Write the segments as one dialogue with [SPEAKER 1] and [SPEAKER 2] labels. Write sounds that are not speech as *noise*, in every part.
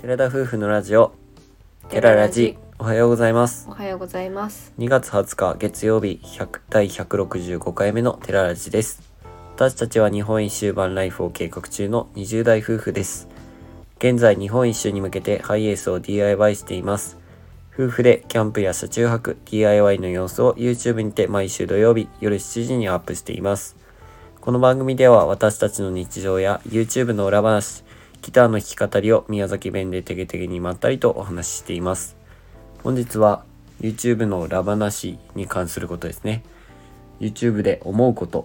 [SPEAKER 1] 寺田夫婦のラジオテララジおはようございます
[SPEAKER 2] おはようございます。
[SPEAKER 1] 2月20日月曜日100第165回目のテララジです私たちは日本一周版ライフを計画中の20代夫婦です現在日本一周に向けてハイエースを DIY しています夫婦でキャンプや車中泊 DIY の様子を YouTube にて毎週土曜日夜7時にアップしていますこの番組では私たちの日常や YouTube の裏話、ギターの弾き語りを宮崎弁でテゲテゲにまったりとお話ししています。本日は YouTube の裏話に関することですね。YouTube で思うこと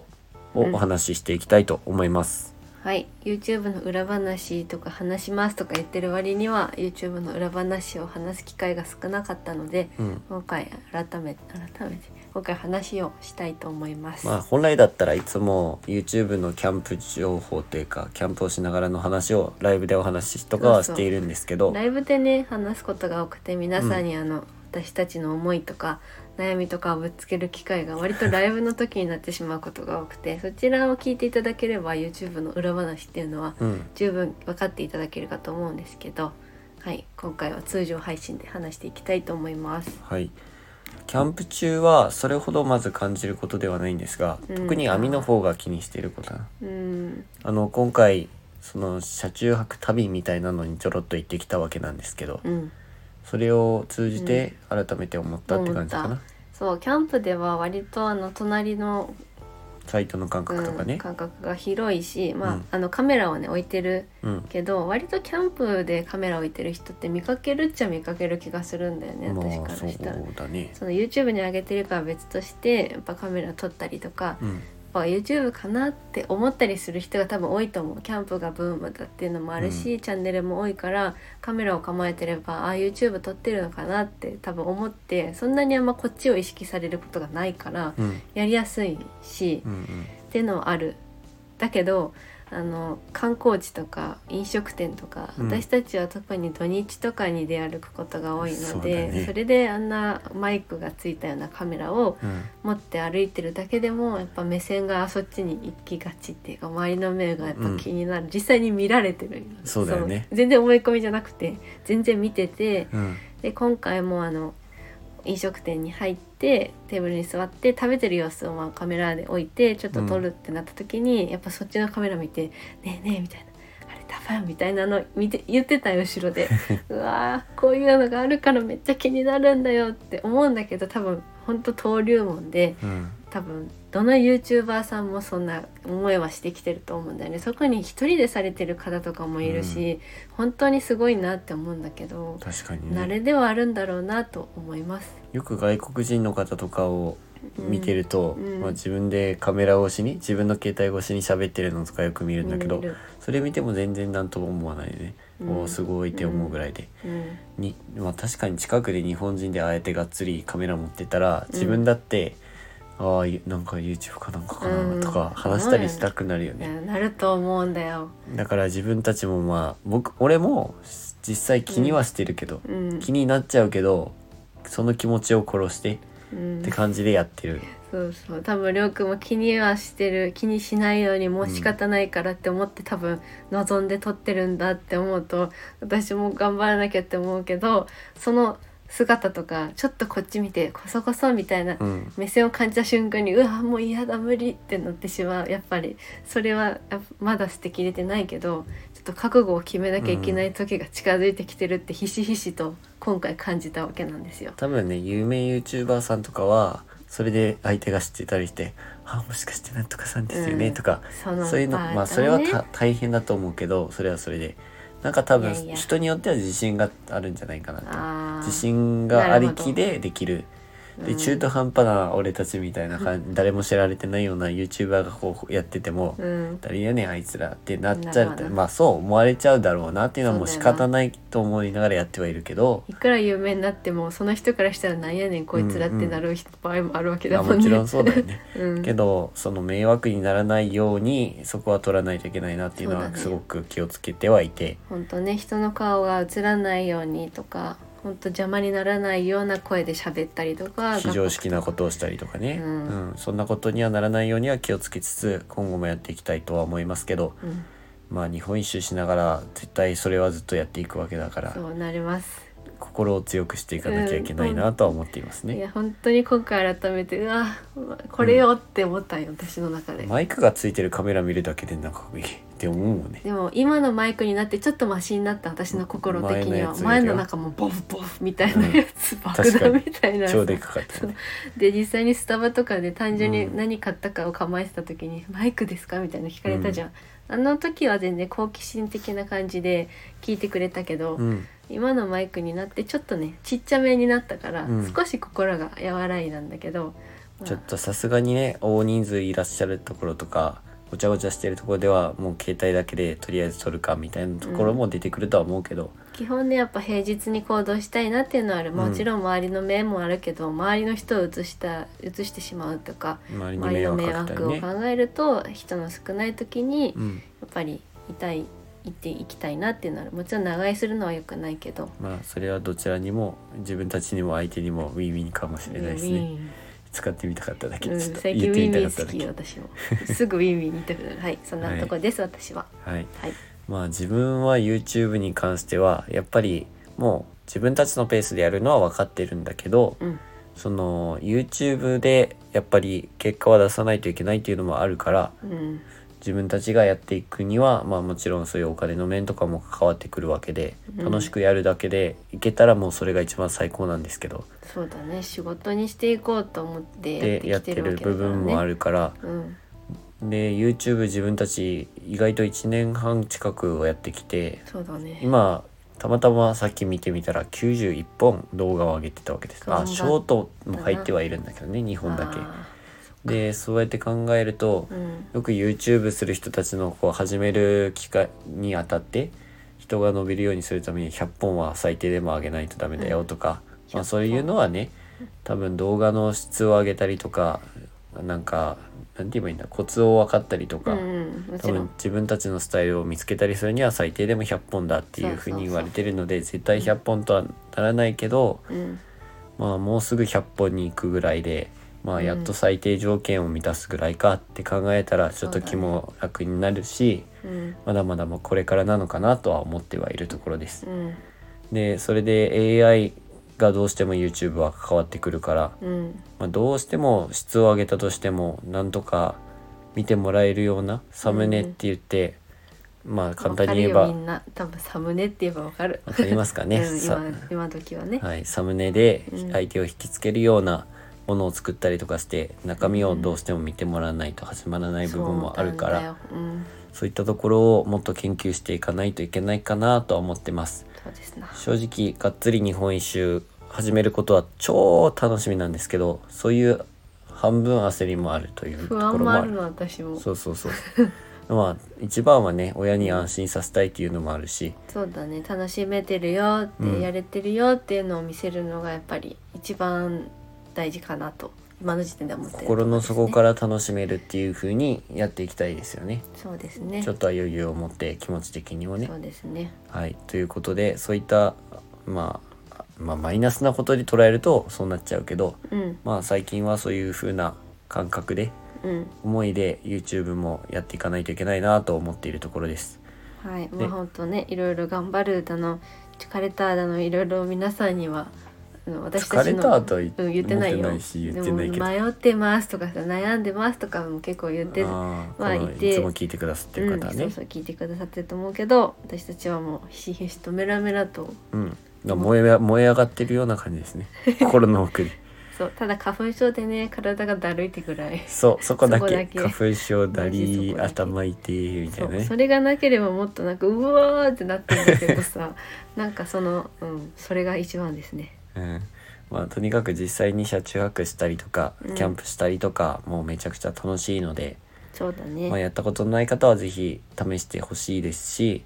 [SPEAKER 1] をお話ししていきたいと思います。
[SPEAKER 2] はい、YouTube の裏話とか話しますとか言ってる割には YouTube の裏話を話す機会が少なかったので、
[SPEAKER 1] うん。
[SPEAKER 2] 今回改め改めて今回話をしたいと思います。
[SPEAKER 1] まあ本来だったらいつも YouTube のキャンプ情報というか、キャンプをしながらの話をライブでお話しとかはしているんですけど、
[SPEAKER 2] ライブでね話すことが多くて皆さんにあの、私たちの思いとか悩みとかをぶつける機会が割とライブの時になってしまうことが多くてそちらを聞いていただければ YouTube の裏話っていうのは
[SPEAKER 1] うん。
[SPEAKER 2] 十分分かっていただけるかと思うんですけど、はい、今回は通常配信で話していきたいと思います。
[SPEAKER 1] はい。キャンプ中はそれほどまず感じることではないんですが、
[SPEAKER 2] うん
[SPEAKER 1] 特に網の方が気にしていることだな
[SPEAKER 2] うーん、
[SPEAKER 1] あの今回その車中泊旅みたいなのにちょろっと行ってきたわけなんですけど
[SPEAKER 2] うん、
[SPEAKER 1] それを通じて改めて思ったって感じか
[SPEAKER 2] 思
[SPEAKER 1] な
[SPEAKER 2] っ、そうキャンプでは割とあの隣の、
[SPEAKER 1] サイトの感
[SPEAKER 2] う
[SPEAKER 1] 覚とか
[SPEAKER 2] ん、
[SPEAKER 1] ね
[SPEAKER 2] 感覚が広いし、まあ、
[SPEAKER 1] うん
[SPEAKER 2] あのカメラをね置いてる
[SPEAKER 1] うん、
[SPEAKER 2] けど割とキャンプでカメラ置いてる人って見かけるっちゃ見かける気がするんだよね私
[SPEAKER 1] ま
[SPEAKER 2] か
[SPEAKER 1] あ
[SPEAKER 2] ら
[SPEAKER 1] そう
[SPEAKER 2] したら。
[SPEAKER 1] だね
[SPEAKER 2] その YouTube に上げてるかは別としてやっぱカメラ撮ったりとか、
[SPEAKER 1] うん
[SPEAKER 2] まあ YouTube かなって思ったりする人が多分多いと思うキャンプがブームだっていうのもあるし、チャンネルも多いからカメラを構えてればああ YouTube 撮ってるのかなって多分思ってそんなにあんまこっちを意識されることがないから
[SPEAKER 1] うん
[SPEAKER 2] やりやすいし、
[SPEAKER 1] う
[SPEAKER 2] っ
[SPEAKER 1] んうん
[SPEAKER 2] ていうのはある。だけどあの観光地とか飲食店とか、
[SPEAKER 1] うん
[SPEAKER 2] 私たちは特に土日とかに出歩くことが多い
[SPEAKER 1] そう
[SPEAKER 2] の
[SPEAKER 1] だ
[SPEAKER 2] で
[SPEAKER 1] ね
[SPEAKER 2] それであんなマイクがついたようなカメラを
[SPEAKER 1] うん
[SPEAKER 2] 持って歩いてるだけでもやっぱ目線がそっちに行きがちっていうか周りの目がやっぱ気になる、実際に見られてる
[SPEAKER 1] そうだよね
[SPEAKER 2] その全然思い込みじゃなくて全然見てて
[SPEAKER 1] うん
[SPEAKER 2] で今回もあの飲食店に入ってテーブルに座って食べてる様子をまあカメラで置いてちょっと撮るってなった時に、やっぱそっちのカメラ見て「ねえねえ」みたいな「あれタファン」みたいなの見て言ってたよ後ろ
[SPEAKER 1] *laughs*
[SPEAKER 2] でうわーこういうのがあるからめっちゃ気になるんだよって思うんだけど多分ほんと登竜門で
[SPEAKER 1] うん
[SPEAKER 2] 多分どの YouTuber さんもそんな思いはしてきてると思うんだよねそこに一人でされてる方とかもいるし、本当にすごいなって思うんだけど。
[SPEAKER 1] 確かに
[SPEAKER 2] 慣
[SPEAKER 1] ね
[SPEAKER 2] れではあるんだろうなと思います。
[SPEAKER 1] よく外国人の方とかを
[SPEAKER 2] うん
[SPEAKER 1] 見てると、
[SPEAKER 2] うん
[SPEAKER 1] まあ、自分でカメラ越しに自分の携帯越しに喋ってるのとかよく見るんだけど
[SPEAKER 2] 見る
[SPEAKER 1] それ見ても全然なんとも思わないよね、
[SPEAKER 2] うん
[SPEAKER 1] おーすごいって思うぐらいで、
[SPEAKER 2] うん
[SPEAKER 1] にまあ、確かに近くで日本人であえてがっつりカメラ持ってたら自分だって、ああゆなんか YouTube かなんかか
[SPEAKER 2] う
[SPEAKER 1] なんとか話したりしたくなるよ
[SPEAKER 2] い
[SPEAKER 1] ね、
[SPEAKER 2] やなると思うんだよ。
[SPEAKER 1] だから自分たちもまあ僕俺も実際気にはしてるけど、
[SPEAKER 2] うん、
[SPEAKER 1] 気になっちゃうけどその気持ちを殺して
[SPEAKER 2] うん
[SPEAKER 1] って感じでやってる、
[SPEAKER 2] そうそう多分りょうくんも気にはしてる気にしないようにもう仕方ないからって思って、多分望んで撮ってるんだって思うと私も頑張らなきゃって思うけどその姿とかちょっとこっち見てこそこそみたいな
[SPEAKER 1] うん、
[SPEAKER 2] 目線を感じた瞬間にうわもう嫌だ無理ってなってしまうやっぱりそれはやっぱまだ捨てきれてないけどちょっと覚悟を決めなきゃいけない時が近づいてきてるってひしひしと今回感じたわけなんですよ。
[SPEAKER 1] 多分ね有名 YouTuber さんとかはそれで相手が知ってたりして「あもしかしてなんとかさんですよね」
[SPEAKER 2] うん
[SPEAKER 1] とか
[SPEAKER 2] その
[SPEAKER 1] そういうの
[SPEAKER 2] ー
[SPEAKER 1] まあそれはた大変だと思うけどそれはそれでなんか多分
[SPEAKER 2] いやいや
[SPEAKER 1] 人によっては自信があるんじゃないかなと
[SPEAKER 2] あー
[SPEAKER 1] 自信がありきでできる
[SPEAKER 2] う
[SPEAKER 1] で
[SPEAKER 2] ん
[SPEAKER 1] 中途半端な俺たちみたいな感じ誰も知られてないような YouTuber がこうやってても
[SPEAKER 2] うん
[SPEAKER 1] 誰やねんあいつらってなっちゃう
[SPEAKER 2] なるほど
[SPEAKER 1] まあそう思われちゃうだろうなっていうのはもう
[SPEAKER 2] そ
[SPEAKER 1] 仕
[SPEAKER 2] うだよな
[SPEAKER 1] 方ないと思いながらやってはいるけど
[SPEAKER 2] いくら有名になってもその人からしたらなんやねんこいつらってなる人場合もあるわけ
[SPEAKER 1] ま
[SPEAKER 2] だ
[SPEAKER 1] あ
[SPEAKER 2] もん
[SPEAKER 1] も
[SPEAKER 2] ね。
[SPEAKER 1] ちろんそうだよね。
[SPEAKER 2] うん
[SPEAKER 1] けどその迷惑にならないようにそこは取らないといけないなっていうの
[SPEAKER 2] そう
[SPEAKER 1] は
[SPEAKER 2] だね
[SPEAKER 1] すごく気をつけてはいて
[SPEAKER 2] 本当ね人の顔が映らないようにとか本当邪魔にならないような声で喋ったりとか
[SPEAKER 1] 非常識なことをしたりとかね、
[SPEAKER 2] う
[SPEAKER 1] うんんそんなことにはならないようには気をつけつつ今後もやっていきたいとは思いますけど
[SPEAKER 2] うん
[SPEAKER 1] まあ日本一周しながら絶対それはずっとやっていくわけだから
[SPEAKER 2] そうなります
[SPEAKER 1] 心を強くしていかなきゃいけないなとは思っています
[SPEAKER 2] い
[SPEAKER 1] ね。
[SPEAKER 2] や本当に今回改めてうわこれよって思ったんよ、私の中で
[SPEAKER 1] マイクがついてるカメラ見るだけでなんかいいって思うもんね。
[SPEAKER 2] でも今のマイクになってちょっとマシになった私の心的には
[SPEAKER 1] 前のや
[SPEAKER 2] 前
[SPEAKER 1] つよりは
[SPEAKER 2] の中もボフボフみたいなやつ、爆
[SPEAKER 1] 確か
[SPEAKER 2] 弾
[SPEAKER 1] に
[SPEAKER 2] みたいな
[SPEAKER 1] 超でかかったね。
[SPEAKER 2] で実際にスタバとかで単純
[SPEAKER 1] う
[SPEAKER 2] に
[SPEAKER 1] ん
[SPEAKER 2] 何買ったかを構えてた時に「マイクですか?」みたいなの聞かれたじゃん、あの時は全然好奇心的な感じで聞いてくれたけど、
[SPEAKER 1] うん、
[SPEAKER 2] 今のマイクになってちょっとねちっちゃめになったから、
[SPEAKER 1] うん
[SPEAKER 2] 少し心が和らいなんだけど、まあ
[SPEAKER 1] ちょっとさすがにね大人数いらっしゃるところとかごちゃごちゃしてるところではもう携帯だけでとりあえず撮るかみたいなところも出てくるとは思うけど、
[SPEAKER 2] 基本ねやっぱ平日に行動したいなっていうのはある、もちろん周りの目もあるけど周りの人を映した映してしまうとか
[SPEAKER 1] 周りに
[SPEAKER 2] 周
[SPEAKER 1] 迷
[SPEAKER 2] りの
[SPEAKER 1] 惑
[SPEAKER 2] 迷
[SPEAKER 1] かけたり
[SPEAKER 2] 惑を
[SPEAKER 1] ね。
[SPEAKER 2] 考えると人の少ない時に
[SPEAKER 1] うん
[SPEAKER 2] やっぱりいたい行っていきたいなっていうのはあるもちろん長居するのは良くないけど。
[SPEAKER 1] まあそれはどちらにも自分たちにも相手にもウィンウィンかもしれないです
[SPEAKER 2] ウィ
[SPEAKER 1] ね。
[SPEAKER 2] ン
[SPEAKER 1] 使ってみたかっただけ
[SPEAKER 2] ウィンう
[SPEAKER 1] ちょ
[SPEAKER 2] ん
[SPEAKER 1] っと *laughs*
[SPEAKER 2] 最
[SPEAKER 1] 言
[SPEAKER 2] 近
[SPEAKER 1] っ
[SPEAKER 2] ウ
[SPEAKER 1] て
[SPEAKER 2] ィ
[SPEAKER 1] み
[SPEAKER 2] ンウ
[SPEAKER 1] たかっただ
[SPEAKER 2] ィン好き
[SPEAKER 1] け。
[SPEAKER 2] 私もすぐウィンウィン言いたくなるはいそんなとこです、私は
[SPEAKER 1] はい。
[SPEAKER 2] はい
[SPEAKER 1] まあ自分は YouTube に関してはやっぱりもう自分たちのペースでやるのは分かってるんだけど
[SPEAKER 2] うん
[SPEAKER 1] その YouTube でやっぱり結果は出さないといけないっていうのもあるから
[SPEAKER 2] うん
[SPEAKER 1] 自分たちがやっていくにはまあもちろんそういうお金の面とかも関わってくるわけで
[SPEAKER 2] うん
[SPEAKER 1] 楽しくやるだけでいけたらもうそれが一番最高なんですけど
[SPEAKER 2] そうだね仕事にしていこうと思って
[SPEAKER 1] でや
[SPEAKER 2] や
[SPEAKER 1] っ
[SPEAKER 2] って
[SPEAKER 1] て
[SPEAKER 2] きてるわ
[SPEAKER 1] る
[SPEAKER 2] けだ
[SPEAKER 1] 部
[SPEAKER 2] からね
[SPEAKER 1] 分もあるから
[SPEAKER 2] うん
[SPEAKER 1] で YouTube 自分たち意外と1年半近くをやってきて
[SPEAKER 2] そうだね
[SPEAKER 1] 今たまたまさっき見てみたら91本動画を上げてたわけです
[SPEAKER 2] 頑張
[SPEAKER 1] あ
[SPEAKER 2] った
[SPEAKER 1] ショートも入ってはいるんだけどね2本だけ
[SPEAKER 2] あ
[SPEAKER 1] でそうやって考えると
[SPEAKER 2] ーうん
[SPEAKER 1] よく YouTube する人たちのこう始める機会にあたって人が伸びるようにするために100本は最低でも上げないとダメだよとか、
[SPEAKER 2] うん
[SPEAKER 1] まあ、そういうのはね多分動画の質を上げたりとかなんかなんて言えばいいんだコツを分かったりとか、
[SPEAKER 2] うんうんも
[SPEAKER 1] 多
[SPEAKER 2] ちろ
[SPEAKER 1] 分
[SPEAKER 2] ん
[SPEAKER 1] 自分たちのスタイルを見つけたりするには最低でも100本だっていうふうに言われてるので絶対100本とはならないけど、
[SPEAKER 2] うん
[SPEAKER 1] まあ、もうすぐ100本に行くぐらいで、まあ、やっと最低条件を満たすぐらいかって考えたらちょっと気も楽になるし、
[SPEAKER 2] うん
[SPEAKER 1] まだまだもうこれからなのかなとは思ってはいるところです。
[SPEAKER 2] うん
[SPEAKER 1] でそれで AI がどうしても YouTube は関わってくるから、
[SPEAKER 2] うん
[SPEAKER 1] まあ、どうしても質を上げたとしてもなんとか見てもらえるようなサムネって言って、まあ簡単に言え
[SPEAKER 2] わ
[SPEAKER 1] ば
[SPEAKER 2] かるよみんな多分サムネって言えばわかる
[SPEAKER 1] わかりますかね、
[SPEAKER 2] *laughs* うん、
[SPEAKER 1] さ
[SPEAKER 2] 今今時はね、
[SPEAKER 1] はい、サムネで
[SPEAKER 2] うん
[SPEAKER 1] 相手を引きつけるようなものを作ったりとかして中身をどうしても見てもらわないと始まらない部分もあるから、そう
[SPEAKER 2] そうなんだよ、うん、
[SPEAKER 1] いったところをもっと研究していかないといけないかなとは思ってます
[SPEAKER 2] そうですな
[SPEAKER 1] 正直がっつり日本一周始めることは超楽しみなんですけどそういう半分焦りもあるというとこ
[SPEAKER 2] 不
[SPEAKER 1] ろも
[SPEAKER 2] 安も
[SPEAKER 1] あ
[SPEAKER 2] あ
[SPEAKER 1] る
[SPEAKER 2] るの私も
[SPEAKER 1] そうそうそう *laughs* まあ一番はね親に安心させたいっていうのもあるし
[SPEAKER 2] そうだね楽しめてるよって、
[SPEAKER 1] うん
[SPEAKER 2] やれてるよっていうのを見せるのがやっぱり一番大事かなと今の時点では思ってるところ
[SPEAKER 1] 心の底から楽しめるっていう風にやっていきたいですよね
[SPEAKER 2] ですねそうですね
[SPEAKER 1] ちょっとは余裕を持って気持ち的にもね
[SPEAKER 2] そ。うですね
[SPEAKER 1] はい、ということでそういった、まあ、まあマイナスなことで捉えるとそうなっちゃうけど、
[SPEAKER 2] うん
[SPEAKER 1] まあ、最近はそういう風な感覚で
[SPEAKER 2] うん
[SPEAKER 1] 思いで YouTube もやっていかないといけないなと思っているところです。
[SPEAKER 2] はい
[SPEAKER 1] で
[SPEAKER 2] まあ本当ねいろいろ頑張るだの疲れただのいろいろ皆さんにはあの私た
[SPEAKER 1] 疲
[SPEAKER 2] ち
[SPEAKER 1] れ
[SPEAKER 2] の
[SPEAKER 1] たとは言
[SPEAKER 2] うん、言ってないよ
[SPEAKER 1] 思ってないし言ってないけ
[SPEAKER 2] で
[SPEAKER 1] ど。
[SPEAKER 2] も迷ってますとかさ悩んでますとかも結構言って
[SPEAKER 1] あー
[SPEAKER 2] まあ
[SPEAKER 1] この
[SPEAKER 2] い
[SPEAKER 1] い
[SPEAKER 2] て
[SPEAKER 1] つも聞いてくださってる方はね、
[SPEAKER 2] うん、そうそう聞いてくださってると思うけど私たちはもうひしひしとメラメラと
[SPEAKER 1] うんが燃え燃え上がってるような感じで
[SPEAKER 2] *laughs*
[SPEAKER 1] すね心の奥に
[SPEAKER 2] そうただ花粉症でね体がだるいって
[SPEAKER 1] *laughs*
[SPEAKER 2] ぐらい
[SPEAKER 1] そうそこだけ
[SPEAKER 2] そこだけ
[SPEAKER 1] 花粉症だ
[SPEAKER 2] マジそ
[SPEAKER 1] り
[SPEAKER 2] こだけ
[SPEAKER 1] 頭痛いみた
[SPEAKER 2] そ
[SPEAKER 1] いな
[SPEAKER 2] う
[SPEAKER 1] ね
[SPEAKER 2] それがなければもっとなんかうわーってなってるんだけ
[SPEAKER 1] *laughs*
[SPEAKER 2] どさなんかその、うん、それが一番ですね
[SPEAKER 1] うんまあ、とにかく実際に車中泊したりとか
[SPEAKER 2] うん
[SPEAKER 1] キャンプしたりとか、もうめちゃくちゃ楽しいので、
[SPEAKER 2] そうだね、
[SPEAKER 1] まあ、やったことのない方は是非試してほしいですし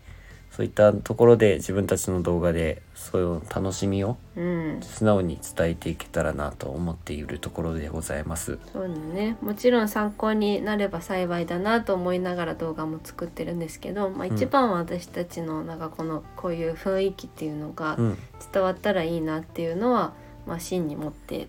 [SPEAKER 1] そういったところで自分たちの動画でそういう楽しみを
[SPEAKER 2] うん
[SPEAKER 1] 素直に伝えていけたらなと思っているところでございます。
[SPEAKER 2] そうだねもちろん参考になれば幸いだなと思いながら動画も作ってるんですけど、まあ、
[SPEAKER 1] うん
[SPEAKER 2] 一番は私たちのなんかこのこういう雰囲気っていうのが
[SPEAKER 1] うん
[SPEAKER 2] 伝わったらいいなっていうのは、まあ、芯に持って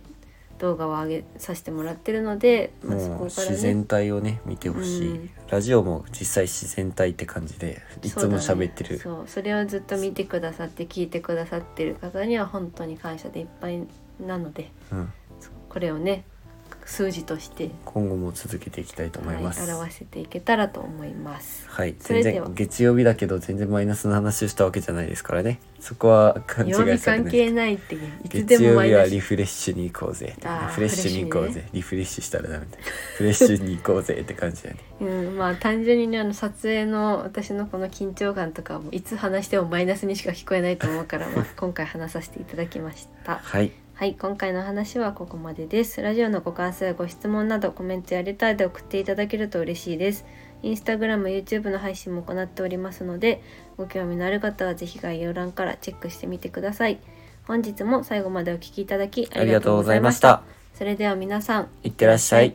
[SPEAKER 2] 動画を上げさせてもらってるので、まあ、そ
[SPEAKER 1] もう
[SPEAKER 2] こから
[SPEAKER 1] 自
[SPEAKER 2] ね
[SPEAKER 1] 然体をね見てほしい、
[SPEAKER 2] うん
[SPEAKER 1] ラジオも実際自然体って感じでいつも喋ってる
[SPEAKER 2] そう,、そうそれをずっと見てくださって聞いてくださってる方には本当に感謝でいっぱいなので
[SPEAKER 1] うん、
[SPEAKER 2] そうこれをね数字として、
[SPEAKER 1] 今後も続けていきたいと思
[SPEAKER 2] はいい、
[SPEAKER 1] ます、
[SPEAKER 2] 表せていけたらと思います。
[SPEAKER 1] はい、
[SPEAKER 2] そ
[SPEAKER 1] 全
[SPEAKER 2] れでは
[SPEAKER 1] 然月曜日だけど全然マイナスの話をしたわけじゃないですからねそこは勘違い
[SPEAKER 2] 曜日
[SPEAKER 1] され
[SPEAKER 2] 関
[SPEAKER 1] ない
[SPEAKER 2] 係ないってねいつで
[SPEAKER 1] 月
[SPEAKER 2] も
[SPEAKER 1] 曜
[SPEAKER 2] マイ
[SPEAKER 1] 日
[SPEAKER 2] ナ
[SPEAKER 1] は
[SPEAKER 2] ス
[SPEAKER 1] リフレッシュに行こうぜ
[SPEAKER 2] あー
[SPEAKER 1] リフレッシュに行こう
[SPEAKER 2] フレッシュ
[SPEAKER 1] ぜ、リフレッシュしたらダメだリフレッシュに行こうぜって感じだね
[SPEAKER 2] うん、まあ単純にねあの撮影の私のこの緊張感とかもいつ話してもマイナスにしか聞こえないと思うから、 *laughs* まあ、今回話させていただきました。
[SPEAKER 1] はい
[SPEAKER 2] はい、今回の話はここまでです。ラジオのご感想やご質問などコメントやレターで送っていただけると嬉しいです。インスタグラム、YouTube の配信も行っておりますので、ご興味のある方はぜひ概要欄からチェックしてみてください。本日も最後までお聞きいただ *laughs* きあ
[SPEAKER 1] あり
[SPEAKER 2] り
[SPEAKER 1] が
[SPEAKER 2] が
[SPEAKER 1] と
[SPEAKER 2] と
[SPEAKER 1] うご
[SPEAKER 2] うご
[SPEAKER 1] ざ
[SPEAKER 2] ざ
[SPEAKER 1] い
[SPEAKER 2] い
[SPEAKER 1] ま
[SPEAKER 2] ま
[SPEAKER 1] し
[SPEAKER 2] したた。それでは皆さん、
[SPEAKER 1] いってらっしゃい